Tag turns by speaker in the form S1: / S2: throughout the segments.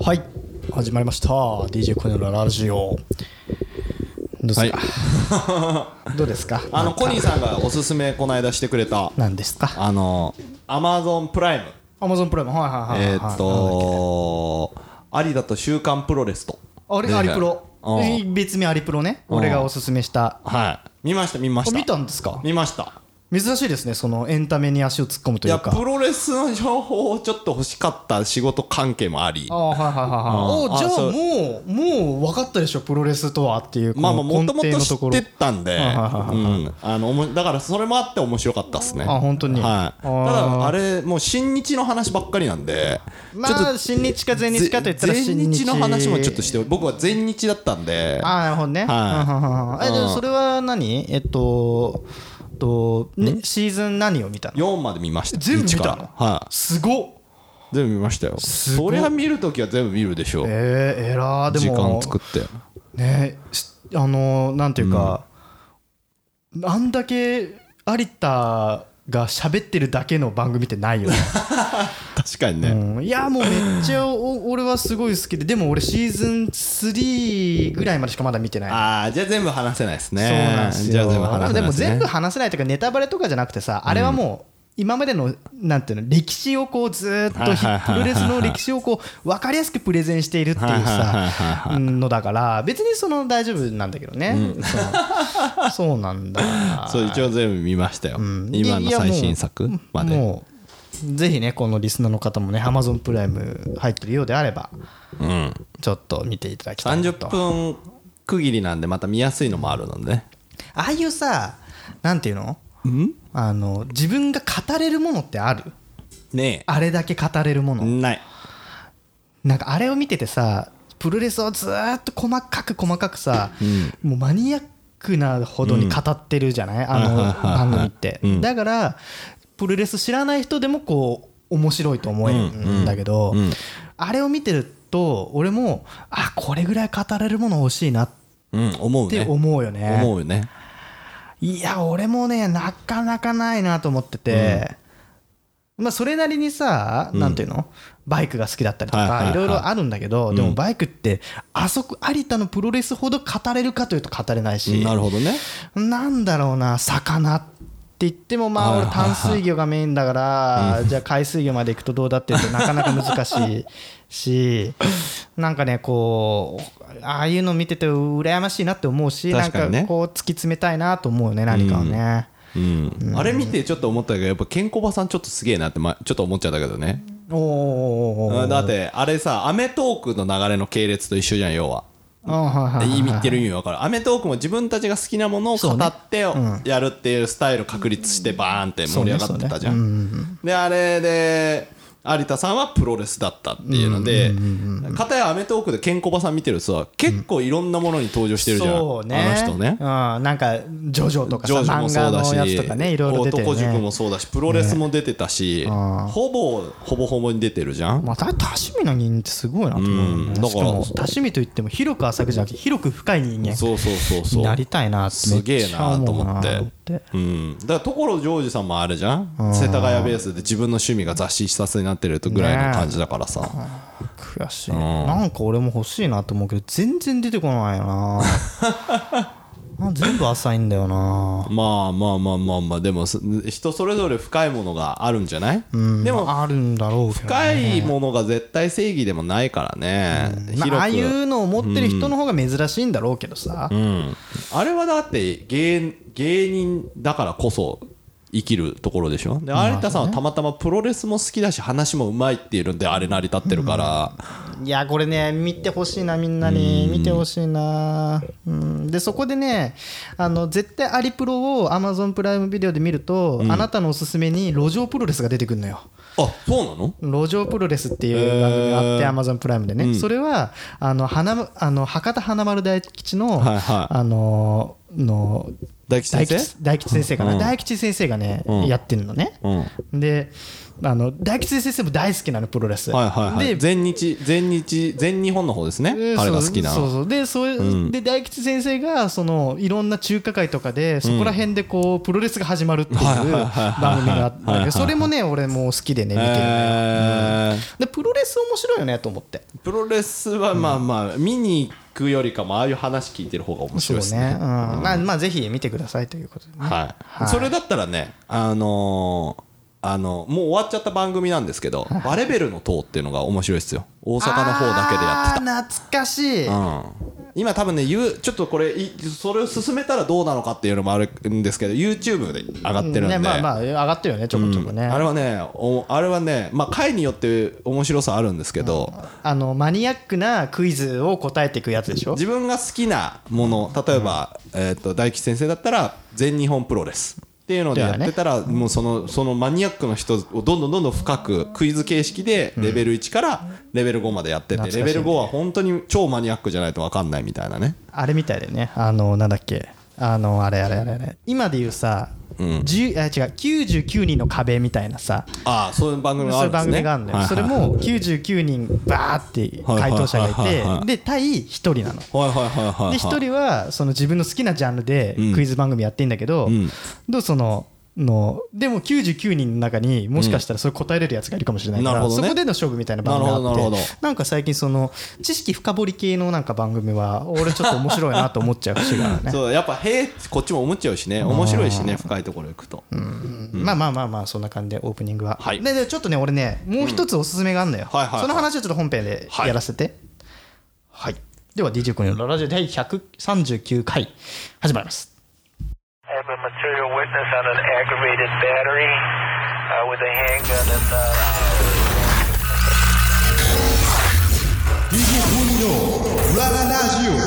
S1: はい始まりました DJ コネのラジオどうですか、 どうですか
S2: あ
S1: なん
S2: の
S1: か
S2: コニーさんがおすすめこの間してくれた
S1: 何ですか
S2: あのアマゾンプライム
S1: Amazon プライムはいはいはい
S2: え
S1: はい
S2: ーっと有田と週刊プロレスと
S1: あれアリプロ
S2: うん
S1: え別名アリプロね俺がおすすめした
S2: はい見ました見まし
S1: あ
S2: た
S1: 見たんですか
S2: 見ました
S1: 珍しいですねそのエンタメに足を突っ込むと
S2: い
S1: い
S2: や
S1: うか
S2: プロレスの情報をちょっと欲しかった仕事関係もあり
S1: ああはいはいはいはいお
S2: あ
S1: じゃ
S2: そう
S1: あもうもう分かったでしょプロレスとはっていうこ
S2: まあま
S1: の
S2: あも
S1: 根
S2: ともと
S1: 底の
S2: 知
S1: と
S2: っ
S1: ころ
S2: てたんで、う
S1: はいはいは
S2: ん、あのおもだからそれもあって面白かったっすね
S1: あ本当に
S2: はい、
S1: あ
S2: た
S1: ー
S2: だあれもう新日の話ばっかりなんで
S1: まあ新日か全日かと言ったら
S2: ぜ
S1: 新
S2: 全
S1: 日
S2: 日の話もちょっとして僕は全日だったんで
S1: ああなるほどね。
S2: はい
S1: うんうんうんうんえでも
S2: うん
S1: それは何えっとえっとねシーズン何を見たの？
S2: 4まで見ました
S1: 全部見た
S2: 一からはい
S1: すごっ。
S2: 全部見ましたよ
S1: すご
S2: そりゃ見るときは全部見るでしょう
S1: えー、えらーで
S2: 時
S1: も
S2: 間作って
S1: ねしあのーなんていうか、あんだけ有田が喋ってるだけの番組ってない よね。
S2: 確かにね、
S1: うんいやもうめっちゃお俺はすごい好きででも俺シーズン3ぐらいまでしかまだ見てない。
S2: ああじゃあ全部話せないですね
S1: そうなんですよ
S2: じゃあ全部話せない
S1: でも
S2: っすね
S1: 全部話せないというかネタバレとかじゃなくてさあれはもう今までのなんていうの歴史をこうずーっとひ
S2: はいはいはいは
S1: プロレ
S2: い
S1: スの歴史をこう分かりやすくプレゼンしているっていう
S2: はいはいはい
S1: さ
S2: は
S1: うんのだから別にその大丈夫なんだけどねそのそうなんだ
S2: そう一応全部見ましたよ、
S1: ん
S2: 今の
S1: いやいや
S2: 最
S1: もう
S2: 新作まで
S1: もうぜひねこのリスナーの方もね Amazon プライム入ってるようであれば
S2: うん
S1: ちょっと見ていただきたいなと
S2: 30分区切りなんでまた見やすいのもあるのでね
S1: ああいうさなんていうのあの自分が語れるものってある
S2: ね
S1: あれだけ語れるも
S2: え
S1: の、
S2: ない
S1: なんかあれを見ててさプロレスをずーっと細かく細かくさ、もうマニアックなほどに語ってるじゃない、あの
S2: はいはいはいはい
S1: 番組って、
S2: うん
S1: だからプロレス知らない人でもこう面白いと思えるんだけど、
S2: うん
S1: あれを見てると俺もあこれぐらい語れるもの欲しいなっ
S2: うん思う
S1: て
S2: ね
S1: 思うよね
S2: 思うよね
S1: いや俺もねなかなかないなと思ってて、まあそれなりにさなんていうの、バイクが好きだったりと
S2: はいはい
S1: か
S2: はい
S1: いろいろあるんだけど、でもバイクってあそこ有田のプロレスほど語れるかというと語れないし
S2: なるほどね
S1: なんだろうな魚って言ってもまあ
S2: はい
S1: 俺
S2: はいはい
S1: 淡水魚がメインだからじゃあ海水魚まで行くとどうだって言うとなかなか難しいしなんかねこうああいうの見てて羨ましいなって思うしなん
S2: 確か
S1: か
S2: にね
S1: こう突き詰めたいなと思うよね何かをね。
S2: うん、あれ見てちょっと思ったけどやっぱケンコバさんちょっとすげえなって、ま、ちょっと思っちゃったけどね
S1: おーおーおー
S2: う
S1: お
S2: ん
S1: ー
S2: だってあれさ『アメトーク』の流れの系列と一緒じゃん要は
S1: あーはいはいはいはい
S2: 意味言ってる意味分かる『アメトーク』も自分たちが好きなものを語ってやるっていうスタイル確立してバーンって盛り上がってたじゃ
S1: そうね
S2: んであれで有田さんはプロレスだったっていうので片や『アメトーク』でケンコバさん見てるとさ結構いろんなものに登場してるじゃんあ
S1: そう
S2: の
S1: ね
S2: 人ね
S1: うん、なんかジョジョとか
S2: ジ
S1: さ
S2: ョジョも
S1: 漫
S2: そ
S1: 画
S2: うだ
S1: のや
S2: し
S1: つとかねいろいろ出てるね
S2: 男塾もそうだしプロレスも出てたしほぼほぼほぼに出てるじゃん
S1: まあ、た多趣味の人間ってすごいなと思うよね、
S2: うんだから
S1: しかも多趣味といっても広く浅くじゃなくて広く深い人間
S2: そうそうそうそう
S1: になりたいなってめ
S2: す
S1: っ
S2: げえ
S1: ちゃ
S2: なと
S1: 思う
S2: 思
S1: な
S2: ってうん、だから所ジョージさんもあれじゃん世田谷ベースで自分の趣味が雑誌視察になってるとぐらいの感じだからさ、
S1: 悔しい、なんか俺も欲しいなと思うけど全然出てこない なあ全部浅いんだよな
S2: まあまあまあまあまあでもす人それぞれ深いものがあるんじゃない、でも
S1: あるんだろうけど、ね、
S2: 深いものが絶対正義でもないからね、
S1: ま
S2: 広く、
S1: あ、ああいうのを持ってる人の方が珍しいんだろうけどさ、
S2: うん、あれはだって芸芸人だからこそ生きるところでしょで有田さんはたまたまプロレスも好きだし話もうまいっていうのであれ成り立ってるから、
S1: いやこれね見てほしいなみんなに見てほしいなうんでそこでねあの絶対アリプロを Amazon プライムビデオで見ると、あなたのおすすめに路上プロレスが出てくるのよ
S2: あそうなの
S1: 路上プロレスっていう番組があって、Amazon プライムでね、それはあの花あの博多華丸大吉の、
S2: はいはい
S1: あのの
S2: 大吉
S1: 大
S2: 先生
S1: 吉大吉先生かな、大吉先生がね、やってるのね、であの大吉先生も大好きなのプロレス、
S2: はいはいはい
S1: で
S2: 全日全日全日本の方ですね
S1: うん
S2: 彼が好きな
S1: そうそうそうでそういうで大吉先生がそのいろんな中華街とかでそこら辺でこうプロレスが始まるっていう
S2: はいはいはいはい
S1: 番組があったんだ
S2: はい
S1: け
S2: はいは
S1: ど
S2: い
S1: それもね俺もう好きでね見てるのよ
S2: えー
S1: でプロレス面白いよねと思って
S2: プロレスはまあまあ見に行くよりかもああいう話聞いてる方が面
S1: そ
S2: 白
S1: うね
S2: いです
S1: う
S2: ね
S1: んまあまあぜひ見てくださいということでね
S2: はい、
S1: はい
S2: それだったらね、あのーあのもう終わっちゃった番組なんですけど「バレベルの塔」っていうのが面白いですよ大阪の方だけでやって
S1: あー懐かしい
S2: うん、今多分ねゆうちょっとこれいそれを進めたらどうなのかっていうのもあるんですけど YouTube で上がってるん
S1: ね
S2: で、
S1: まあまあ上がってるよねちょこちょこね、
S2: あれはねおあれはねまあ回によって面白さあるんですけど、
S1: あのマニアックなクイズを答えていくやつでしょ
S2: 自分が好きなもの例えば、えー、と大吉先生だったら全日本プロレスっていうので
S1: だ
S2: や
S1: よ
S2: っ
S1: ね
S2: てたら、もうそのそのマニアックの人をどんどんどんどん深くクイズ形式でレベル1からレベル5までやってて、
S1: 懐かしい
S2: レ
S1: ね
S2: ベル5は本当に超マニアックじゃないと分かんないみたいなね
S1: あれみたいだよねあのなんだっけあのあれあれあれあれ今で言うさ、10あ違う99人の壁みたいなさ
S2: ああそういう番組が
S1: そ
S2: あ
S1: うい
S2: る
S1: うん
S2: です
S1: 番組
S2: ね
S1: があるんだよ、
S2: はいはい
S1: それも99人バーって回答者がいて、
S2: はいはいはいはいはい
S1: で対1人なの
S2: はいはいはいはいはい
S1: で1人はその自分の好きなジャンルでクイズ番組やってんだけど、
S2: ん
S1: どうそののでも99人の中にもしかしたらそれ答えれるやつがいるかもしれないか
S2: なる
S1: ら、
S2: ほど
S1: そ
S2: ね
S1: こでの勝負みたいな番組があ
S2: な
S1: っ
S2: る
S1: て
S2: ほどなるほど
S1: なんか最近その知識深掘り系のなんか番組は俺ちょっと面白いなと思っちゃう節があ るね
S2: そうやっぱへえこっちも思っちゃうしね面白いしね深いところ行くと、
S1: まあまあまあまあそんな感じでオープニングは、
S2: はい
S1: ででちょっとね俺ねもう一つおすすめがあるんだよ、
S2: はいはいはい
S1: その話はちょっと本編でやらせてはい、では DJ コニのラジオ第139回始まります
S3: I have a material witness on an aggravated battery uh, with a handgun and. Uh
S4: DJ コニーの裏ラジオ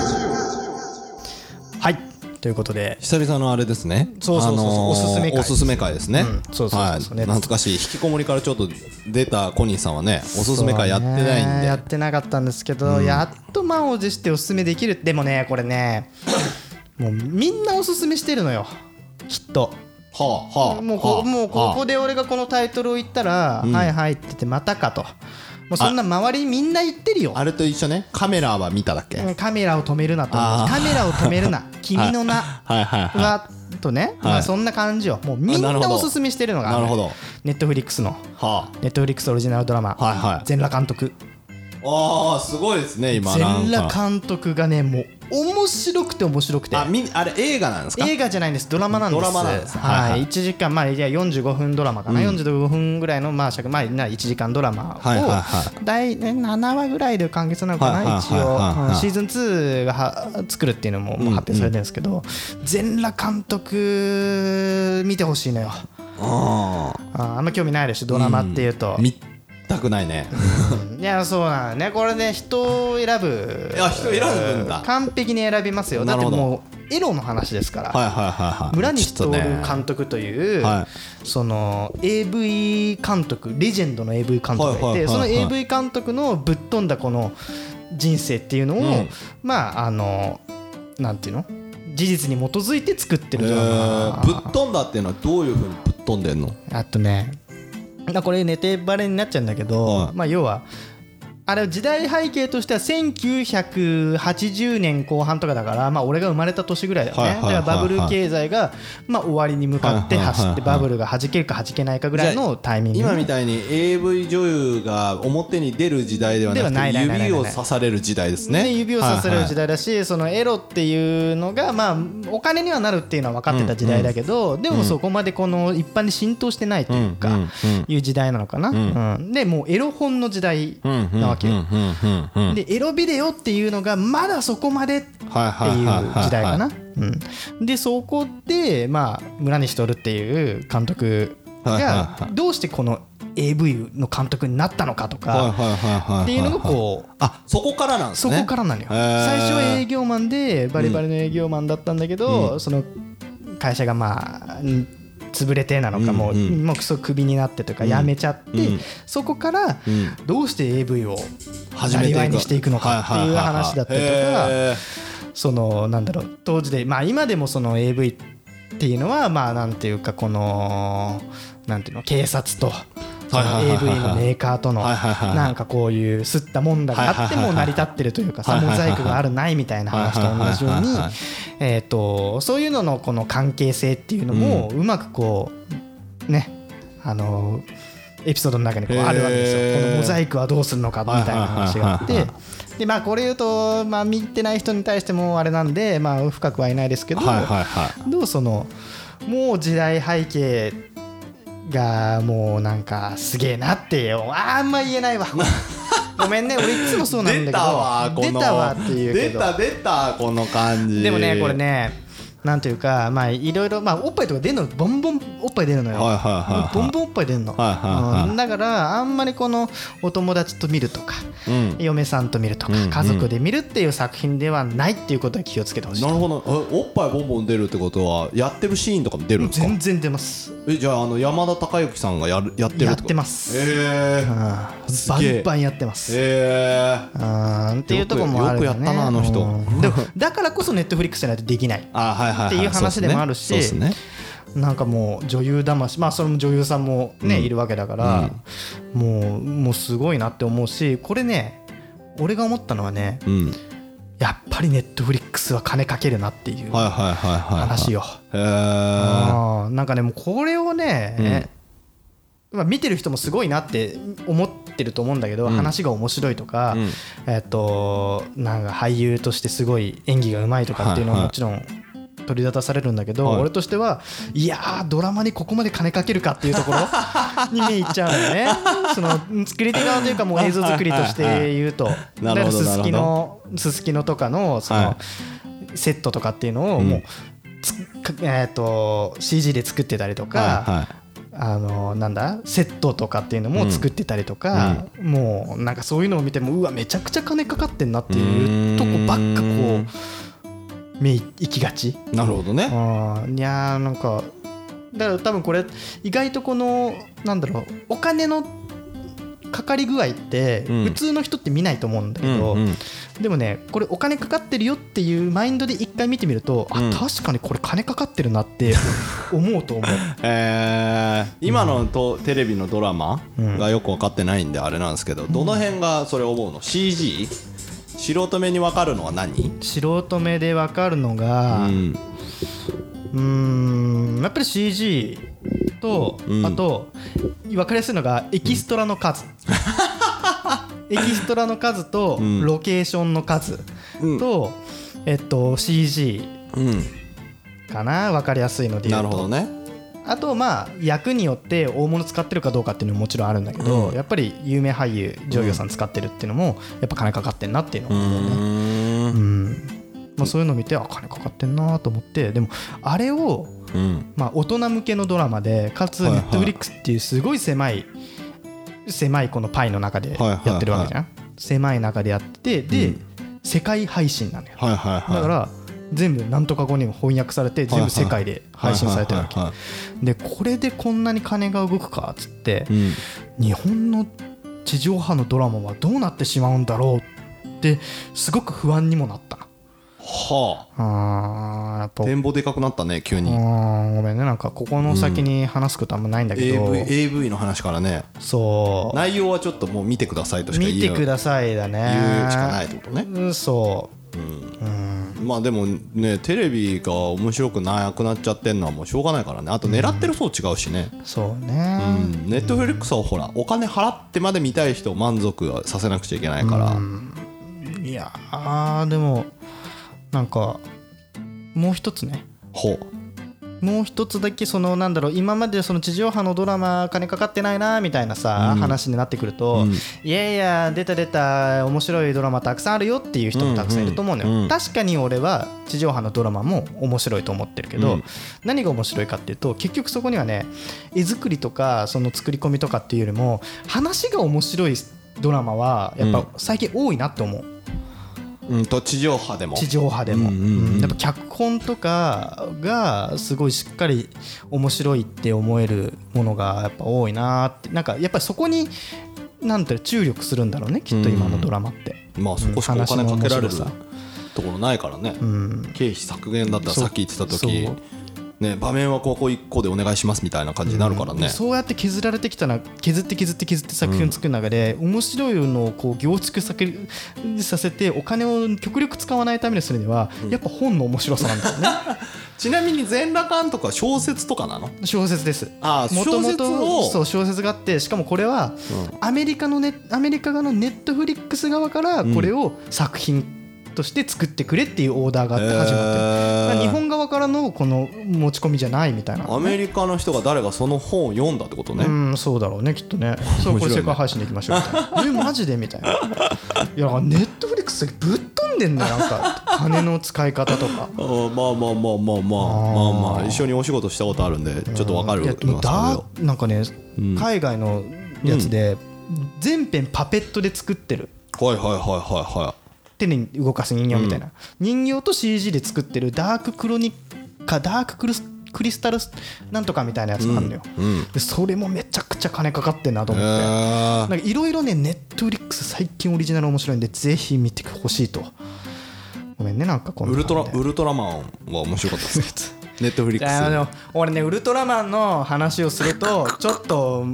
S1: はいということで
S2: 久々のあれですね。
S1: そうそうそうそう
S2: あのー
S1: おすすめ会
S2: おすすめ会ですね。
S1: んそうそうそう
S2: はい。
S1: そうね
S2: 懐かしい。引きこもりからちょっと出たコニーさんはね、おすすめ会やってない
S1: そうねやっ
S2: んで。
S1: てなかったんですけど、やっと満を持しておすすめできるでもねこれねもうみんなおすすめしてるのよきっと
S2: はあはあ。
S1: もうこ
S2: はあ
S1: もうここ
S2: は
S1: で俺がこのタイトルを言ったら「はいはい」って言って「またか」ともうそんな周りみんな言ってるよ
S2: ああれと一緒ね。カメラは見ただっけ。
S1: うんカメラを止めるなと
S2: あー
S1: カメラを止める な君の名
S2: はいはいは
S1: はとね、
S2: はい
S1: まあ、そんな感じよもうみん
S2: あなるほ
S1: な
S2: ど
S1: おすすめしてるのが
S2: なるほど
S1: ネットフリックスの
S2: い。は
S1: ネットフリックスオリジナルドラマ
S2: はいはい
S1: 全裸監督
S2: あ。ああすごいですね今なん
S1: 全
S2: か。
S1: 裸監督がねもう面白くて面白くて
S2: あみあれ映画なんですか。
S1: 映画じゃないんですドラマなんです
S2: ドラマなんです
S1: はい、
S2: はいはい
S1: 1時間まあいや45分ドラマかな、45分ぐらいのまあ尺まあな1時間ドラマを、
S2: はいはいは
S1: 第ね7話ぐらいで完結なのかな、
S2: はいはいはいはいはい
S1: 一応、うんシーズン2がは作るっていうのももう発表されてるんですけど、全裸監督見てほしいのよ
S2: ああ。
S1: あーあんま興味ないでしょドラマっていうと、
S2: 見たくないね。
S1: いやそうなのねこれね人を選ぶ
S2: いや人選ぶんだ。はい
S1: 完璧に選びますよだっ
S2: なる
S1: て
S2: ほど
S1: もうエロの話ですから、
S2: はいはいは い。
S1: 村西
S2: ちょっ
S1: 徹
S2: とね
S1: 監督という、
S2: は
S1: その AV 監督レジェンドの AV 監督がいて、
S2: はいはいはいはい
S1: その AV 監督のぶっ飛んだこの人生っていうのを、
S2: ん
S1: まああのなんていうの事実に基づいて作って
S2: え
S1: るドラ
S2: ー
S1: マ
S2: ぶっ飛んだっていうのはどういうふうにぶっ飛んでんの。
S1: あとねなこれネタバレになっちゃうんだけど、
S2: はい
S1: まあ要はあれ時代背景としては1980年後半とかだから、まあ、俺が生まれた年ぐらいだよね、
S2: はいはいはいはい
S1: だからバブル経済が、まあ、終わりに向かって走
S2: は
S1: って
S2: いはいはいはい
S1: バブルが弾けるか弾けないかぐらいのタイミング
S2: 今みたいに AV 女優が表に出る時代では
S1: ではな
S2: ないく
S1: な
S2: て
S1: いないない
S2: 指を刺される時代ですね
S1: ね、指をさせる時
S2: 代
S1: 代だし、そのエロっていうのが、まあ、お金にはなるっていうのは分かってた時代だけど、でもそこまでこの一般に浸透してないというか、
S2: うんうん
S1: いう時代なのかな、うんでもうエロ本の時代なわけよ、でエロビデオっていうのがまだそこまでっていう時代かな、うん、でそこで、まあ、村西徹っていう監督
S2: はいはい
S1: が
S2: は
S1: どうしてこの AV の監督になったのかとかっていうのがこう
S2: あそこからなんです
S1: そ
S2: ね
S1: こからなのよ、
S2: へー
S1: 最初は営業マンでバリバリの営業マンだったんだけど、その会社がまあん潰れてなのか、もうもうクソクビになってとか辞めちゃって、そこからどうして AV を
S2: 始
S1: なり
S2: めていく
S1: わいにしていくのかっていう話だったりとか、
S2: はいはいはいはいへ
S1: そのなんだろう当時でまあ今でもその AV っていうのはまあなんていうかこのなんていうの警察とその
S2: はいはいはいはい
S1: AV のメーカーとの
S2: はいはいはい
S1: なんかこういうすったもんだがあって
S2: はいはいはい
S1: も
S2: はい
S1: 成り立ってるというかさ
S2: はいは
S1: モ
S2: いはいは
S1: ザ
S2: い
S1: イクがあるないみたいな話と同じよう
S2: はいはいはい
S1: に
S2: はいはい
S1: えーとそういうののこの関係性っていうのもうまくこうねあのエピソードの中にこうあるわけです
S2: へ
S1: よ
S2: ー
S1: このモザイクはどうするのかみたいな話があっ
S2: はい
S1: て
S2: はいはいは
S1: でまあこれ言うとまあ見てない人に対してもあれなんでまあ深くは言えないですけど
S2: はいはいはい
S1: どうそのもう時代背景がもうなんかすげえなってよあーあんま言えないわごめんね俺いつもそうなんだけど
S2: 出たわこの
S1: 出たわっていうけ
S2: 出
S1: ど
S2: た出たこの感じ
S1: でもねこれねなんというかまあいろいろまあおっぱいとか出るのボンボンおっぱい出るのよ、
S2: はいはいはい
S1: ボ
S2: は
S1: ンボンおっぱい出るの、
S2: はいはいはい
S1: うんだからあんまりこのお友達と見るとか、
S2: いうん
S1: 嫁さんと見るとか、
S2: うんうん
S1: 家族で見るっていう作品ではないっていうことは気をつけてほしい
S2: なるほどえおっぱいボンボン出るってことはやってるシーンとかも出るんですか
S1: 全然出ます
S2: えじゃああの山田孝之さんがやるやってる
S1: や
S2: こ
S1: っ
S2: と
S1: てます
S2: え
S1: うん
S2: ー、
S1: バ
S2: げえ
S1: ンバンやってます
S2: えー、
S1: うんっていうところもあるよね
S2: よくやったなあの人
S1: うんでもだからこそネットフリックスじゃないとできない
S2: あはいはい、はい、
S1: っていう話
S2: そっすね
S1: でもあるし
S2: そうっすね
S1: なんかもう女優魂まあそれも女優さんもね、
S2: うん
S1: いるわけだから、もうもうすごいなって思うしこれね俺が思ったのはね
S2: うん
S1: やっぱりネットフリックスは金かけるなっていう
S2: はいはいはいはい
S1: 話
S2: よ
S1: よ、
S2: へえ
S1: あーなんかねもうこれをね、まあ、見てる人もすごいなって思ってると思うんだけど、
S2: うん
S1: 話が面白いとか、
S2: うん
S1: えっとなんか俳優としてすごい演技がうまいとかっていうのは
S2: はい
S1: もちろん取り立たされるんだけど、
S2: はい
S1: 俺としてはいやードラマにここまで金かけるかっていう ところに目いっちゃうのよねその作り手側というかもう映像作りとして言うとだ
S2: な
S1: から
S2: るほど
S1: すすき
S2: なる
S1: のすすきのとかのその、
S2: は
S1: セットとかっていうのを
S2: うん
S1: もうつかえー、と CG で作ってたりとか、
S2: はいはい
S1: あのなんだセットとかっていうのも作ってたりとか、もうなんかそういうのを見てもうわめちゃくちゃ金かかってんなっていうとこばっかこう目いきがち
S2: なるほどね
S1: あーいやーなんかだから多分これ意外とこのなんだろうお金のかかり具合って
S2: うん
S1: 普通の人って見ないと思うんだけど、
S2: うんうん
S1: でもねこれお金かかってるよっていうマインドで一回見てみると、
S2: うん
S1: あ確かにこれ金かかってるなって 思うと思う
S2: えー今のとテレビのドラマ
S1: うん
S2: がよく分かってないんであれなんですけど、どの辺がそれ思うの CG 素人目に分かるのは何
S1: 素人目でわかるの
S2: う
S1: が
S2: ん
S1: うーんやっぱり CG と、
S2: うん
S1: あと分かりやすいのがエキストラの 数、エキストラの数と
S2: うん
S1: ロケーションの数
S2: うん
S1: と、えっと CG
S2: うん
S1: かな分かりやすいので言
S2: な
S1: う
S2: る
S1: と
S2: ほどね
S1: あとまあ役によって大物使ってるかどうかっていうのももちろんあるんだけど、
S2: うん
S1: やっぱり有名俳優女優さん使ってるっていうのもやっぱ金かかってんなっていうの
S2: う
S1: も、
S2: ー
S1: うん
S2: ん
S1: まあ、そういうの見てあ金かかってんなと思ってでもあれを
S2: うん
S1: まあ、大人向けのドラマでかつ
S2: はいはい
S1: Netflix っていうすごい狭い狭いこのパイの中で
S2: はいはいはい
S1: やってるわけじゃん狭い中でやっててで、
S2: うん
S1: 世界配信なのよ
S2: はいはいはい
S1: だから全部なんとか語にも翻訳されて全部世界で配信されてるわけ
S2: はいはい
S1: でこれでこんなに金が動くかっつって
S2: はいはいうん
S1: 日本の地上波のドラマはどうなってしまうんだろうってすごく不安にもなった
S2: は
S1: あーやっぱ
S2: あ展望でかくなったね急
S1: う
S2: に
S1: ーんごめんねなんかここの先に話すことあんまないんだけど、
S2: AV, AV の話からね
S1: そ
S2: 内容はちょっともう見てくださいと
S1: う
S2: しか言
S1: 見
S2: い
S1: て
S2: よう
S1: くださいだね
S2: 言うしかないってことね
S1: うんそう
S2: まあでもねテレビが面白くなくなっちゃってんのはもうしょうがないからねあと狙ってる層違うしね
S1: そう
S2: う
S1: ね、
S2: んネットフリックスはほらお金払ってまで見たい人を満足させなくちゃいけないから
S1: いやーでもなんかもう一つね
S2: ほう
S1: もう一つだけそのなんだろう今までその地上波のドラマ金かかってないなみたいなさ、話になってくると、
S2: うん
S1: いやいや出た出た面白いドラマたくさんあるよっていう人もたくさんいると思うのよ、
S2: うんうん
S1: 確かに俺は地上波のドラマも面白いと思ってるけど、
S2: うん
S1: 何が面白いかっていうと結局そこにはね絵作りとかその作り込みとかっていうよりも話が面白いドラマはやっぱ最近多いなって思う、
S2: うんと地上波でも
S1: 地上波でも、
S2: うんうんうん
S1: うんやっぱ脚本とかがすごいしっかり面白いって思えるものがやっぱ多いなってなんかやっぱりそこになんていうの注力するんだろうねきっと今のドラマって、
S2: まあそこしかお金かけられるところないからね
S1: うん、
S2: 経費削減だったらさっき言ってた時
S1: そう
S2: ね、場面はここ1個でお願いしますみたいな感じになるからね、
S1: そうやって削られてきたな削って削って削って作品を作る中で、面白いのをこう凝縮さけさせてお金を極力使わないためにするには、やっぱ本の面白さなんだよね
S2: ちなみに全裸監督は小説とかなの
S1: 小説です
S2: あー
S1: 元々
S2: 小説を
S1: そう小説があってしかもこれは、アメリカのネアメリカ側のネットフリックス側からこれを作品として作ってくれっていうオーダーがあって始まってる、だから日本側からのこの持ち込みじゃないみたいな
S2: アメリカの人が誰がその本を読んだってことね、
S1: うんそうだろうねきっとねそうこれ世界配信でいきましょうみたいなえマジでみたいないやネットフリックスぶっ飛んでんだよなんか金の使い方とか
S2: あーまあまあまあまあまあまあまあ一緒にお仕事したことあるんでちょっとわかる
S1: いやでもだなんかね
S2: ん
S1: 海外のやつで全編パペットで作ってる
S2: はいはいはいはいはい
S1: 手に動かす人形みたいな、人形と CG で作ってるダーククロニカダーククルスクリスタルスなんとかみたいなやつがあるのよ、
S2: うん
S1: でそれもめちゃくちゃ金かかってんなと
S2: え
S1: 思って。
S2: ー
S1: なんかいろいろね、ネットフリックス最近オリジナル面白いんで、ぜひ見てほしいと。ごめんね、なんかこん
S2: ウ
S1: な
S2: ルトラ
S1: 感じで
S2: ウルトラマンは面白かったですネットフリッ
S1: いやで
S2: ク
S1: も俺ね、ウルトラマンの話をする と、ちょっと、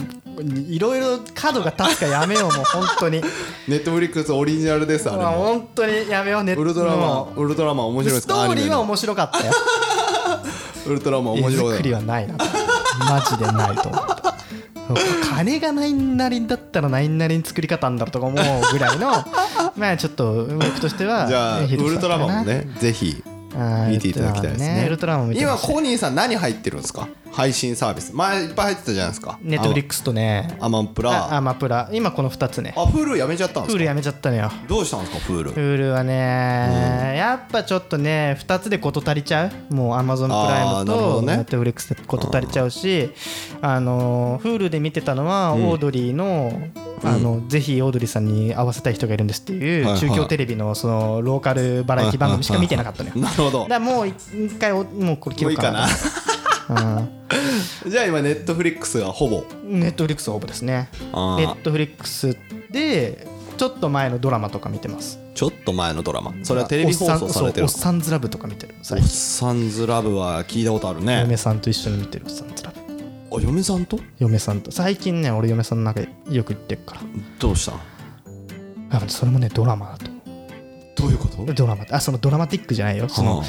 S1: いろいろ角が立つからやめよう、もう本当に。
S2: スネットフリックスオリジナルですあれ
S1: まあ
S2: も
S1: 本当にやめよう、ネット
S2: ウルトラマ
S1: も
S2: ンウルトラマン面
S1: う
S2: 白いで
S1: ス
S2: す
S1: ト
S2: か
S1: ーリーは
S2: アニメ
S1: 面白かったよ。
S2: のウルトラマン面
S1: 絵
S2: 白
S1: 作
S2: い
S1: りはないな。マジでないと思った。金がないなりだったらないなりに作り方あんだろうとか思うぐら いのまあちょっと僕としては
S2: じゃあウ
S1: ひどさ
S2: ルトラマンも
S1: だな
S2: ねぜひ
S1: あー
S2: 見ていただきたいですね
S1: ウルトラマンねウルトラマン見てほ
S2: 今
S1: しい
S2: コニーさん何入ってるんですか配信サービス前いっぱい入ってたじゃないですか
S1: ネットフリックスとね
S2: あアマンプ
S1: あア
S2: ラ
S1: マプラ今この2つね
S2: あフールやめちゃったんで
S1: プ
S2: す
S1: ール
S2: か
S1: やめちゃったのよ
S2: どうしたんですかプール
S1: プールはね、やっぱちょっとね2つで事足りちゃうもうアマゾンプラ
S2: あー
S1: イム
S2: なるほど
S1: と
S2: ね
S1: ネットフリックスで事足りちゃうし、あのフールで見てたのはオードリーの,、あのぜひオードリーさんに会わせたい人がいるんですってい
S2: はいは
S1: う
S2: い
S1: 中京テレビのそのローカルバラエティ番組しか見てなかったのよ
S2: なるほど
S1: だからもう一回おもうこれ切
S2: も
S1: ろ
S2: ういういか
S1: か
S2: な
S1: なうん
S2: じゃあ今ネットフリックスがほぼ
S1: ネットフリックス応募ですね。ネ
S2: あー
S1: ットフリックスでちょっと前のドラマとか見てます。
S2: ちょっと前のドラマそれはテレビ放送されてる
S1: おっさんそうおっさんずラブとか見てる。
S2: お
S1: 最
S2: っ
S1: 近
S2: さんずラブは聞いたことあるね
S1: 嫁さんと一緒に見てるおっさんずラブ。
S2: あ嫁さんと
S1: 嫁さんと最近ね俺嫁さんの中でよく行ってるから
S2: どうしたん
S1: あ。それもねドラマだと思
S2: どういうこと
S1: う。ドラマあそのドラマティックじゃないよ。その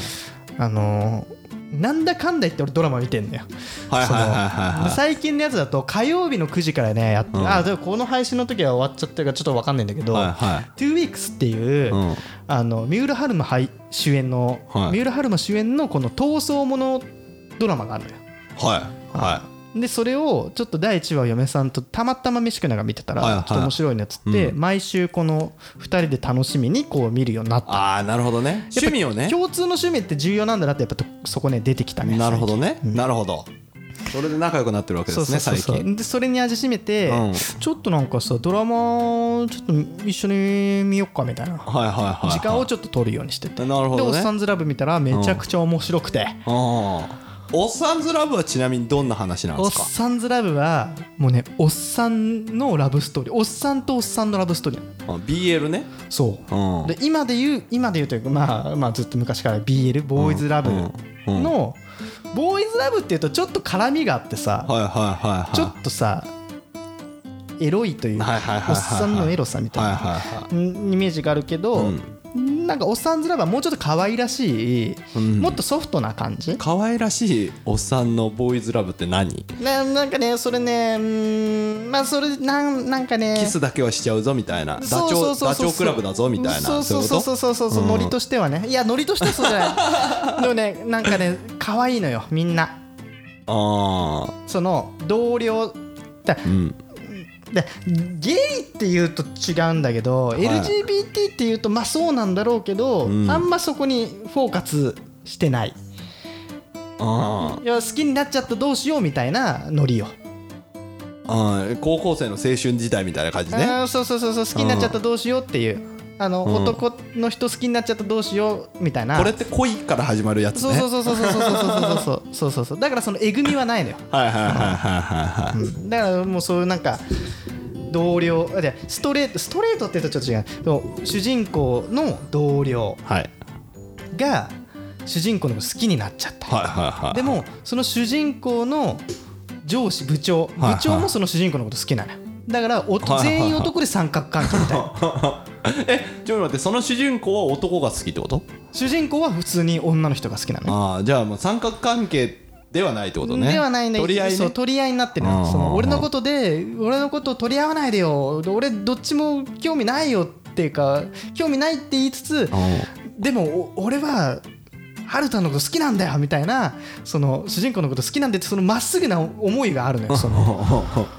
S1: あのーなんだかんだ言って俺ドラマ見てんだよ。
S2: はいはいはいはいはい
S1: その最近のやつだと火曜日の9時からねやって、
S2: ん
S1: あでもこの配信の時は終わっちゃってるからちょっと分かんないんだけど、
S2: はいはい
S1: トゥーウィークスっていう、
S2: うん
S1: あの三浦春馬俳主演の、
S2: はい
S1: 三浦春馬主演のこの闘争ものドラマがあるのよ
S2: はいは
S1: でそれをちょっと第1話を嫁さんとたまたま飯食いながら見てたら、
S2: はいはい
S1: ちょっと面白いねっつって、毎週この2人で楽しみにこう見るようになった
S2: ああなるほどね趣味をね
S1: 共通の趣味って重要なんだなってやっぱとそこね出てきたね
S2: なるほ
S1: 最
S2: どねなるほどそれで仲良くなってるわけ
S1: 近
S2: で
S1: そう
S2: す
S1: そうそう
S2: ね最
S1: そう
S2: 近
S1: でそれに味しめて、
S2: うん
S1: ちょっとなんかさドラマちょっと一緒に見よっかみたいな
S2: はいはいはいはい
S1: 時間をちょっと取るようにしてて、
S2: なるほ
S1: で「お
S2: ど
S1: っ
S2: ね
S1: さんずラブ」見たらめちゃくちゃ面白くて、
S2: あーおっさんずラブはちなみにどんな話なんで
S1: おっ
S2: すか
S1: さんずラブはもうねおっさんのラブストーリーおっさんとおっさんのラブストーリーなの
S2: あ BL ね
S1: そう、
S2: うん
S1: で今で言う今で言うというか、まあ、まあずっと昔から BL ボーイズラブの、
S2: うんうん
S1: ボーイズラブっていうとちょっと絡みがあってさ、
S2: はいはいはいはい
S1: ちょっとさエロいというか、
S2: はいはいはいはい
S1: おっさんのエロさみたいな、
S2: はいはいは
S1: んイメージがあるけど、なんかおっさんずラブはもうちょっと可愛らしい、
S2: うん
S1: もっとソフトな感じ、
S2: 可愛らしいおっさんのボーイズラブって何
S1: ななんかねそれねうーんまあそれなんなんかね
S2: キスだけはしちゃうぞみたいなダチ
S1: そうそ
S2: ョ
S1: う
S2: ウ
S1: そう
S2: ダ
S1: そ
S2: チ
S1: う
S2: ョウクラブだぞみたいな
S1: そうそうそうそう
S2: う
S1: そうそうそう、
S2: ん
S1: ノリとしてはねいやノリとしてはそうじゃ ないでもねなんかね可愛いのよみんな
S2: いうことあ
S1: その同僚だ
S2: あうん
S1: でゲイっていうと違うんだけど、
S2: い
S1: LGBT っていうとまあそうなんだろうけど、
S2: うん
S1: あんまそこにフォーカスしてない
S2: あー
S1: いや好きになっちゃったどうしようみたいなノリよ、
S2: あー高校生の青春時代みたいな感じね
S1: あーそうそうそうそう好きになっちゃったどうしようっていうあの、
S2: うん
S1: 男の人好きになっちゃったどうしようみたいな
S2: これって恋から始まるやつ
S1: そう
S2: ね
S1: そうそうそうそうそうそうそうそうそうそうだからそのえぐみはないのよ、
S2: はいはいはいはいはいはい
S1: うんだからもうそういうなんか同僚あじゃあストレートストレートって言うとちょっと違うでも主人公の同僚
S2: はい
S1: が主人公のこと好きになっちゃったり
S2: はいはいはい
S1: でもその主人公の上司部長
S2: はい
S1: 部長もその主人公のこと好きなのよだからお
S2: はいはい
S1: 全員男で三角関係みたいな
S2: えちょっと待ってその主人公は男が好きってこと
S1: 主人公は普通に女の人が好きなのよ
S2: ああじゃあもう三角関係ではないってことね
S1: ではないんだけど
S2: 取り合い、ね、
S1: そう取り合いになってる
S2: うんうん
S1: の
S2: うん
S1: その俺のことで俺のことを取り合わないでよ俺どっちも興味ないよっていうか興味ないって言いつつ
S2: う
S1: でもお俺は春田のこと好きなんだよみたいなその主人公のこと好きなんでってそのまっすぐな思いがあるのよ その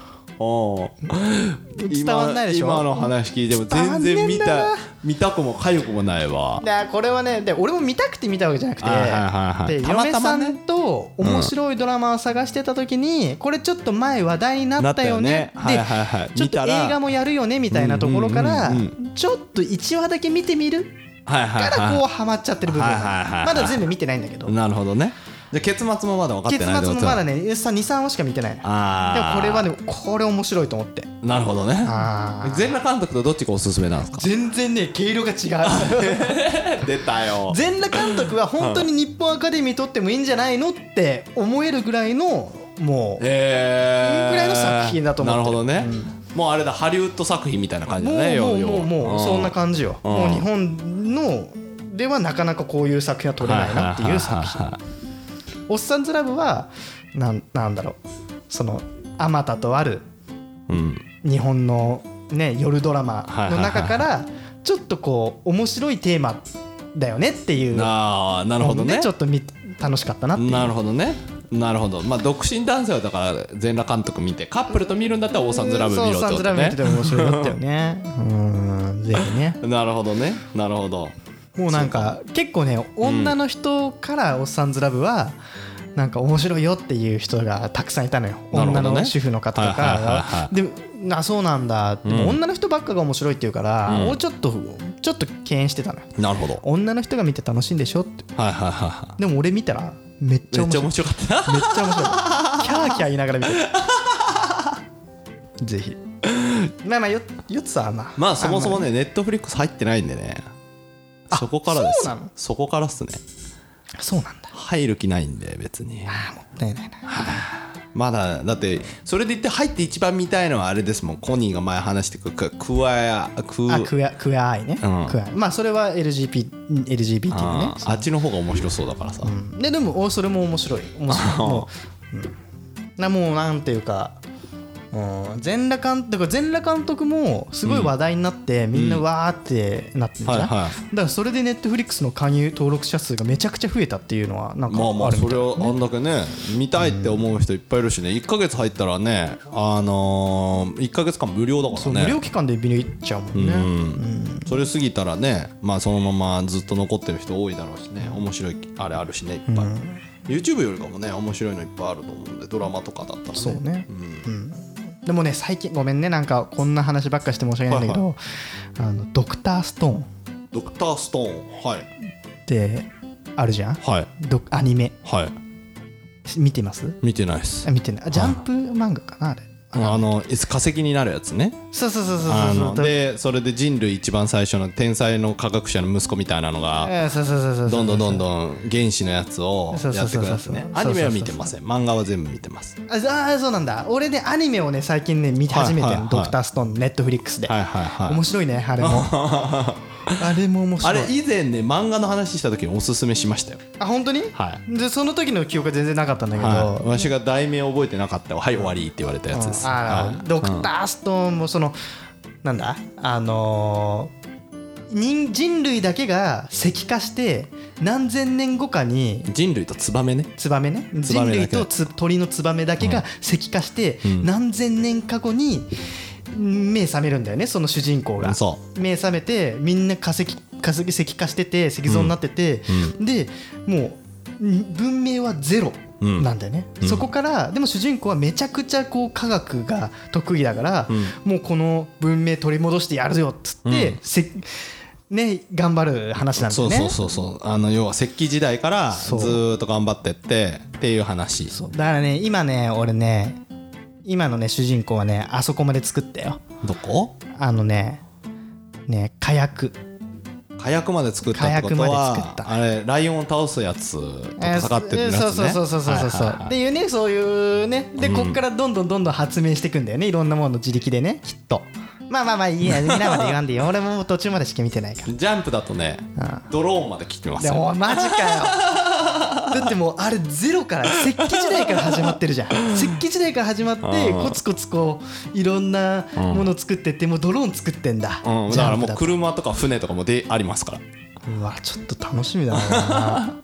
S2: んうん
S1: 伝わんないでしょ
S2: 今今の話聞いても
S1: 伝わ
S2: 全
S1: んね
S2: 然
S1: え
S2: 見
S1: んだな
S2: た見たくもかゆくもないわ
S1: だからこれはねで俺も見たくて見たわけじゃなくて、
S2: はいはいはいは
S1: で
S2: いたまたまね
S1: 嫁さんと面白いドラマを探してた時に、これちょっと前話題になったよね
S2: なったよねはいはいはい
S1: でちょっ
S2: 見
S1: と
S2: た
S1: 映
S2: ら
S1: 画もやるよねみたいなところから、
S2: うんうん
S1: ちょっと1話だけ見てみる
S2: はいはい
S1: からこう
S2: は
S1: ハマっちゃってる部分が
S2: はいはいはいはい
S1: まだ全部見てないんだけど
S2: いなるほどねじゃあ結末もまだ分かっ
S1: 結
S2: て
S1: 末
S2: ないってこと
S1: もまだね23話しか見てないので
S2: あ
S1: も
S2: あ
S1: これはねこれ面白いと思って
S2: なるほどね
S1: あー
S2: 全裸監督とどっちがおすすめなんですか
S1: 全然ね毛色が違 う
S2: 出たよ
S1: 全裸監督は本当に日本アカデミー撮ってもいいんじゃないのって思えるぐらいのもう
S2: えー、
S1: ぐらいの作品だと思って
S2: な
S1: る
S2: るほどね、もうあれだハリウッド作品みたいな感じだね
S1: もう
S2: 要
S1: もうもう
S2: は
S1: もうそんな感じよ
S2: うん
S1: もう日本のではなかなかこういう作品は撮れないなっていう作品
S2: はいはいはいはい
S1: 「おっさんずラブは」なんなんだろうそのあまたとある
S2: うん
S1: 日本の、ね、夜ドラマの中からちょっとこう面白いテーマだよねっていう
S2: ああなるほどね
S1: ちょっとみ楽しかったなっていう
S2: なるほどねなるほどまあ独身男性はだから全裸監督見てカップルと見るんだったらオーサンズラブ見ろって
S1: そうサン
S2: こ
S1: ズ
S2: と
S1: ラブ見
S2: ね
S1: てても面白かったよねうーんぜひね
S2: なるほどねなるほど
S1: もうなんか結構ね女の人から「おっさんずラブ」はなんか面白いよっていう人がたくさんいたのよ、
S2: なるほどね
S1: 女の主婦の方と
S2: はいはいはいは
S1: かでなそうなんだでも女の人ばっかが面白いっていうから、
S2: うん
S1: もうちょっとちょっと敬遠してたのよ
S2: なるほど
S1: 女の人が見て楽しいんでしょって
S2: はいはいはいは
S1: でも俺見たらめっ
S2: い
S1: ちゃ
S2: め
S1: 面
S2: っち
S1: 白
S2: ゃ
S1: い
S2: 面白かったな
S1: めっちゃ面白いキャーキャー言いながら見てるぜひまあまあよよつさんはまあ
S2: まあそもそも
S1: ん
S2: ねネットフリックス入ってないんでねそこからです
S1: そうなの
S2: そこからっすね
S1: まりそうなんだ
S2: 入る気ないんで別に
S1: あーもったいないな
S2: まだだってそれで言って入って一番見たいのはあれですもんコニーが前話してくるクワやク
S1: あクアクアアイね、
S2: うん
S1: クアアイまあそれは LGBT, LGBT のね
S2: あーあっちの方が面白そうだからさ、
S1: うんででもおそれも面白い面白いもう、うんなもうなんていうかうん全裸監督全裸監督もすごい話題になって、みんなわーってなってるじゃん、
S2: はいは
S1: だ
S2: い
S1: からそれでネットフリックスの加入登録者数がめちゃくちゃ増えたっていうのはなんか
S2: まあまあ
S1: るみ
S2: そ
S1: た
S2: れ
S1: い
S2: はあんだけね見たいって思う人いっぱいいるしね1ヶ月入ったらねあのー、1ヶ月間無料だか
S1: そう
S2: ら
S1: 無料
S2: ね
S1: 期間で見に行っちゃうもんね、
S2: うんそれ過ぎたらねまあそのままずっと残ってる人多いだろうしね面白いあれあるしねいっぱい、YouTube よりかもね面白いのいっぱいあると思うんでドラマとかだったらね
S1: そうね、うんでもね最近ごめんねなんかこんな話ばっかして申し訳ないんだけど、あのドクターストーン
S2: ドクターストーンはい
S1: ってあるじゃん
S2: はい
S1: どアニメ
S2: はい
S1: 見てます
S2: 見てないっす
S1: あ見てないあジャンプ漫画かなあれ
S2: あのいつ化石になるやつね
S1: そうそうそうそう
S2: あ
S1: そ
S2: の
S1: うそう
S2: でそれで人類一番最初の天才の科学者の息子みたいなのが
S1: えーそうそうそうそう
S2: どんどんどん
S1: ん
S2: どん原始のやつをやってくやつね
S1: そうそうそうそう
S2: アニメは見てません漫画は全部見てます
S1: ああーそうなんだ俺ねアニメをね最近ね見始めて
S2: はい
S1: ん
S2: はい
S1: の
S2: はい
S1: ドクターストーンネットフリックスで
S2: はいはいはい
S1: 面白いね あれもあれも面
S2: あ
S1: 白
S2: れ
S1: い
S2: 以前ね漫画の話した時におすすめしましたよ
S1: あ本当に
S2: は
S1: でその時の記憶が全然なかったんだけ
S2: はい
S1: ど
S2: わしが題名覚えてなかったよはい終わりって言われたやつです
S1: あ
S2: は
S1: ー
S2: い
S1: ドクターストーンもそのなんだあのー人人類だけが石化して何千年後かに
S2: 人類とツバメね
S1: ツバメね
S2: ツバ
S1: 人
S2: メだけ
S1: 類とつ鳥のツバメだけが石化して何千年か後に目覚めるんだよねその主人公が
S2: そ
S1: 目覚めてみんな化石化石石化してて石像になってて、でもうん文明はゼロなんだよね、そこからでも主人公はめちゃくちゃこう科学が得意だから、もうこの文明取り戻してやるよっつって、せね、頑張る話なんだ
S2: そ
S1: よ
S2: う
S1: ね。
S2: そうそうそうあの要は石器時代からず
S1: そう
S2: ーっと頑張ってってっていう話
S1: そうだからね今ね俺ね今のね主人公はねあそこまで作ったよ
S2: どこ
S1: あのねね火薬
S2: 火薬まで作ったってこ
S1: 火
S2: と
S1: 薬まで
S2: は
S1: 作った
S2: あれライオンを倒すやつと
S1: えー
S2: 戦ってるやつね、
S1: そうそうそうそうそうそうそう、
S2: はいはいはい
S1: っていうねそういうねでこっからどんどんどんどん発明していくんだよねいろんなもの自力でねきっとまあまあまあいいや皆まで言わんでいいよ俺も途中までしか見てないから
S2: ジャンプだとねドローンまで来てます
S1: で
S2: よ
S1: もマジかよだってもうあれゼロから石器時代から始まってるじゃん石器時代から始まって
S2: うん
S1: コツコツこういろんなもの作ってってもうドローン作ってんだ、
S2: うん、
S1: ジ
S2: だか
S1: ャ
S2: ら
S1: ンプ
S2: もう
S1: だと
S2: 車とか船とかもでありますから
S1: うわちょっと楽しみだ な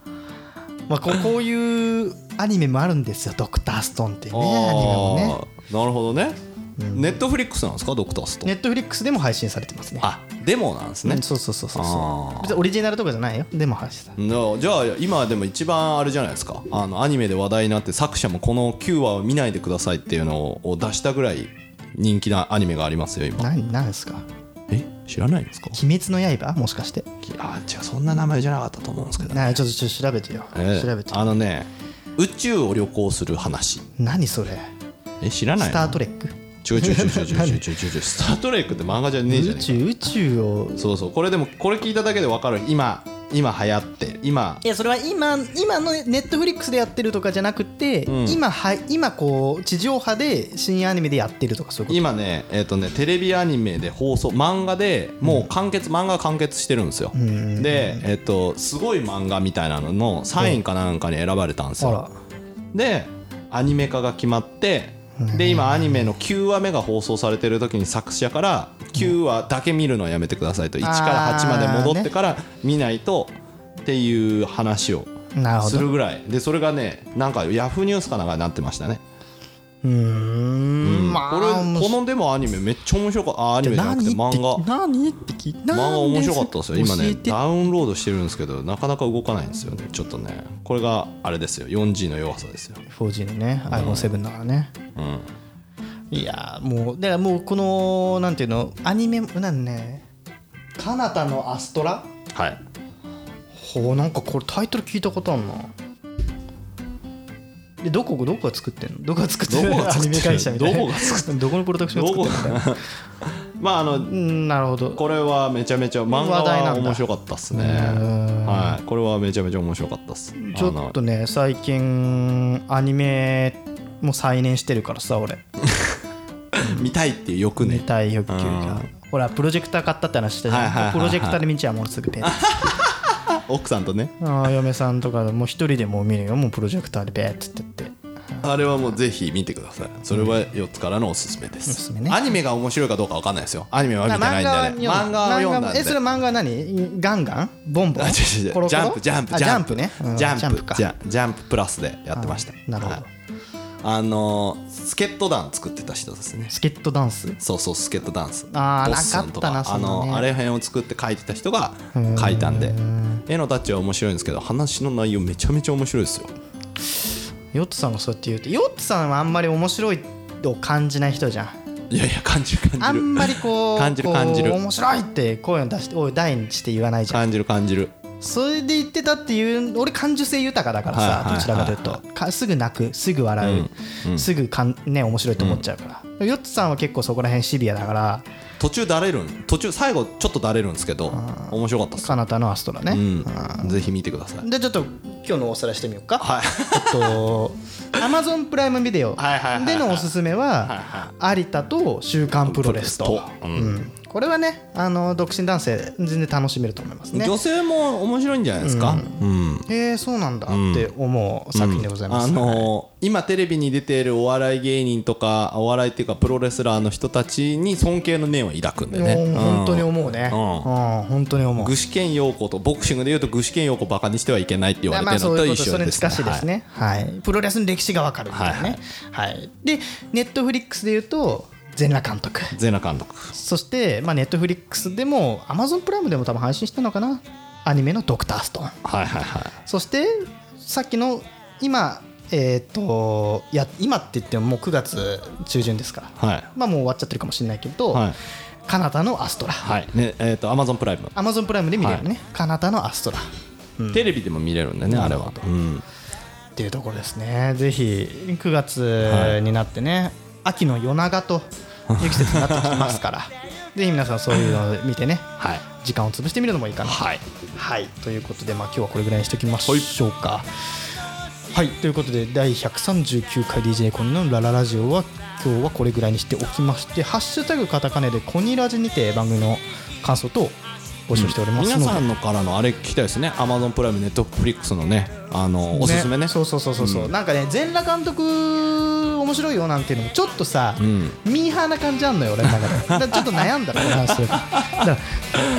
S1: まあこうこういうアニメもあるんですよ「ドクターストーン」っていうねアニメもね
S2: あーなるほどね、ネットフリックスなんですかドクターストー
S1: ネ
S2: ン
S1: ットフリックスでも配信されてますね
S2: あデモなんですね、
S1: うんそうそうそうそうそ
S2: あー
S1: う別にオリジナルとかじゃないよでも配信されて
S2: なじゃあ今でも一番あれじゃないですかあのアニメで話題になって作者もこの9話を見ないでくださいっていうのを出したぐらい人気なアニメがありますよ今
S1: 何何ですか
S2: え知らないんですか
S1: 「鬼滅の刃」もしかして
S2: あ違うそんな名前じゃなかったと思うんですけど、
S1: なあちょっとちょっと調べてよ、
S2: えー
S1: 調べて
S2: あのね宇宙を旅行する話
S1: 何それ
S2: え知らない
S1: スター・トレック
S2: ちょちょちょちょちょちょちょちょちょスタートレイクって漫画じゃねえじゃ
S1: 宇
S2: ねえか
S1: 宙宇宙を
S2: そうそうこれでもこれ聞いただけで分かる今今流行って今
S1: いやそれは今今のネットフリックスでやってるとかじゃなくて、
S2: うん
S1: 今は今こう地上波で新アニメでやってるとかそういうこと
S2: 今ねえっ、とねテレビアニメで放送漫画でもう完結、漫画が完結してるんですよ、でえっ、とすごい漫画みたいなののサインかなんかに選ばれたんです
S1: あ
S2: よ
S1: ら、
S2: でアニメ化が決まってで今アニメの9話目が放送されてる時に作者から9話だけ見るのはやめてくださいと1から8まで戻ってから見ないとっていう話を
S1: なるほ
S2: す
S1: ど
S2: る
S1: う
S2: ぐらいでそれがねなんかヤフーニュースかなんかになってましたね、
S1: ーんまあ
S2: これ
S1: 面
S2: こ
S1: 白い
S2: のでもアニメめっちゃ面白かったあアニメじゃなくて
S1: 何
S2: 漫画
S1: 何って聞いて
S2: 漫画面白かったですよ今ね
S1: 教
S2: ダウンロードしてるんですけどなかなか動かないんですよねちょっとねこれがあれですよ 4G の弱さですよ
S1: えて 4G のね iPhone7 だからね、
S2: うん
S1: いやーもうだからもうこのなんていうのアニメなんね「彼方のアストラ」
S2: はい
S1: ほうなんかこれタイトル聞いたことあんなでどこどこが作ってんのどこが作ってんの
S2: どこが
S1: ア
S2: 作って
S1: ニ
S2: る
S1: メ会社みたいな
S2: どこが作
S1: ってどこのプロダクションが
S2: ど
S1: 作っ
S2: こ
S1: てんの
S2: がまああの
S1: うんなるほど
S2: これはめちゃめちゃ漫画
S1: 話題な
S2: は
S1: んだ
S2: 面白かったっすね
S1: ん
S2: はいこれはめちゃめちゃ面白かったっす
S1: ちょっとね最近アニメも再燃してるからさ俺
S2: あの見たいっていう欲
S1: 見
S2: ね
S1: たい欲求がほらプロジェクター買ったって話したじ
S2: はいはいは
S1: ゃ
S2: い
S1: ん
S2: はい
S1: プロジェクターで見ちゃうもうすぐペン
S2: 奥さんとね
S1: ああ嫁さんとかもう一人でもう見るよもうプロジェクターでベーっつってって
S2: あれはもうぜひ見てください。それは4つからのおすすめです。
S1: おすすめね
S2: アニメが面白いかどうかわかんないですよ。アニメは見てないん
S1: 漫画は
S2: で、ね。
S1: 読
S2: 漫画は読ん
S1: 漫
S2: だん
S1: 画
S2: で。
S1: えそれ漫画は何ガンガンボンボン
S2: あ違う違う違う
S1: コロコロ
S2: ジャンプジャンプ
S1: あジャンプねうん
S2: ジャンプジャンプ
S1: か
S2: ジャンジャンププラスでやってました。
S1: あなるほど
S2: はいあのースケット団作ってた人ですね。
S1: スケットダンス
S2: そうそうスケットダンス。
S1: あー
S2: ボッスン
S1: なかっ
S2: と
S1: たな
S2: あ
S1: そんな
S2: の
S1: ね
S2: ーあれ辺を作って書いてた人が書いたんで。絵のタッチは面白いんですけど話の内容めちゃめちゃ面白いですよ。
S1: ヨッツさんがそうやって言うとヨッツさんはあんまり面白いを感じない人じゃん
S2: いやいや感じる感じる。
S1: あんまりこう
S2: 感じる感じる
S1: こう面白いって声を出しておい大にして言わないじゃん
S2: 感じる感じる。
S1: それで言ってたっていう俺感受性豊かだから
S2: はいはいはい
S1: さ
S2: はい
S1: どちらかというとかすぐ泣くすぐ笑う、すぐかんね面白いと思っちゃうから、ヨッツさんは結構そこら辺シビアだから
S2: 途中だれるん途中最後ちょっとだれるんですけど面白かったっす
S1: 彼方のアストラね、
S2: うん、ぜひ見てください。
S1: でちょっと今日のおさらいしてみようか、
S2: はい、
S1: えっ とアマゾンプライムビデオ
S2: はいはいはいはい
S1: でのおすすめは有田と「週刊プロレスと」
S2: うん
S1: うんこれはねあの独身男性全然楽しめると思いますね
S2: 女性も面白いんじゃないですか。うん
S1: えー、そうなんだって思う作品でございま
S2: あ
S1: す、
S2: のー今テレビに出ているお笑い芸人とかお笑いっていうかプロレスラーの人たちに尊敬の念を抱くんで
S1: もう
S2: ね、うん
S1: 本当に思うね、う
S2: うんん
S1: 本当に思う
S2: 具志堅用高とボクシングでいうと具志堅用高バカにしてはいけないって言われて
S1: まあ
S2: る
S1: そ
S2: の
S1: う
S2: と
S1: いう
S2: 一
S1: ことそれ
S2: 緒で
S1: に
S2: す
S1: 近しいですね、はいプロレスの歴史がわかるみたいなね、はいでネットフリックスでいうと全裸監督
S2: ゼナ監督
S1: そして、まあ、ネットフリックスでも、アマゾンプライムでも多分配信したのかな、アニメのドクターストーン。
S2: はいはいはい
S1: そして、さっきの今、えっ、といや、今って言ってももう9月中旬ですから、
S2: はい
S1: まあもう終わっちゃってるかもしれないけど、
S2: はい
S1: カナダのアストラ、
S2: はいねえっ、とアマゾンプライム
S1: アマゾンプライムで見れるね、カナダのアストラ
S2: テレビでも見れるんでねあれは、うん、
S1: っていうところですね、ぜひ9月になってね、秋の夜長という季節になってきますから、ぜひ皆さんそういうのを見てね
S2: はい
S1: 時間を潰してみるのもいいかな
S2: はい
S1: はい、ということで、まあ、今日はこれぐらいにしておきましょうか。はい、ということで第139回 DJ コニのラララジオは今日はこれぐらいにしておきまして「ハッシュタグカタカネ」でコニラジにて番組の感想等を募集しておりますので、
S2: 皆さんのからのあれ聞きたいですね Amazon プライムネットフリックスのねあのおすすめね
S1: そうそうそうそうそう、なんかね全裸監督面白いよなんていうのもちょっとさ、
S2: ん
S1: ミーハーな感じあんのよ俺の中でだからちょっと悩んだのこの話だから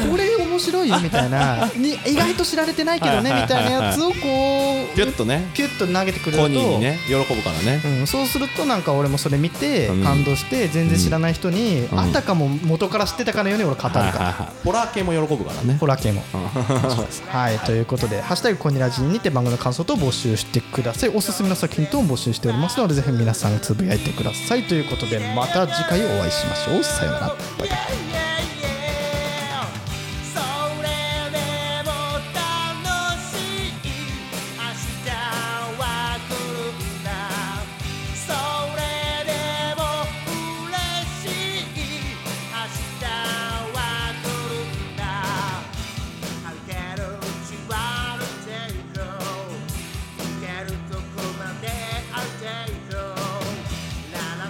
S1: これ面白いよみたいなに意外と知られてないけどねみたいなやつをこう
S2: ピュッとね
S1: ピュッと投げてくれると
S2: コニーにね喜ぶからね
S1: うん、そうするとなんか俺もそれ見て
S2: ん
S1: 感動して全然知らない人にあたかも元から知ってたかのように俺語る
S2: はい
S1: から
S2: はいはいホラー系も喜ぶからね
S1: ホラー系も。はい、ということで、ハッシュタグコニラジにて番組の感想と募集してください。おすすめの作品等も募集しておりますので、ぜひ皆さんつぶやいてください。ということで、また次回お会いしましょう。さようなら。バイバイ。
S5: それでも楽しい明日は来るんだそれでも嬉しい明日は来るんだ歩ける縛るていこう行けるとこまで歩いていこうララ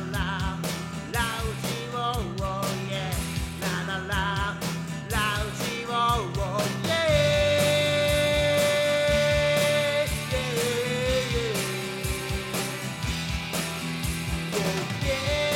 S5: ララウジオーイエララララウジオーイエイエイエイエイ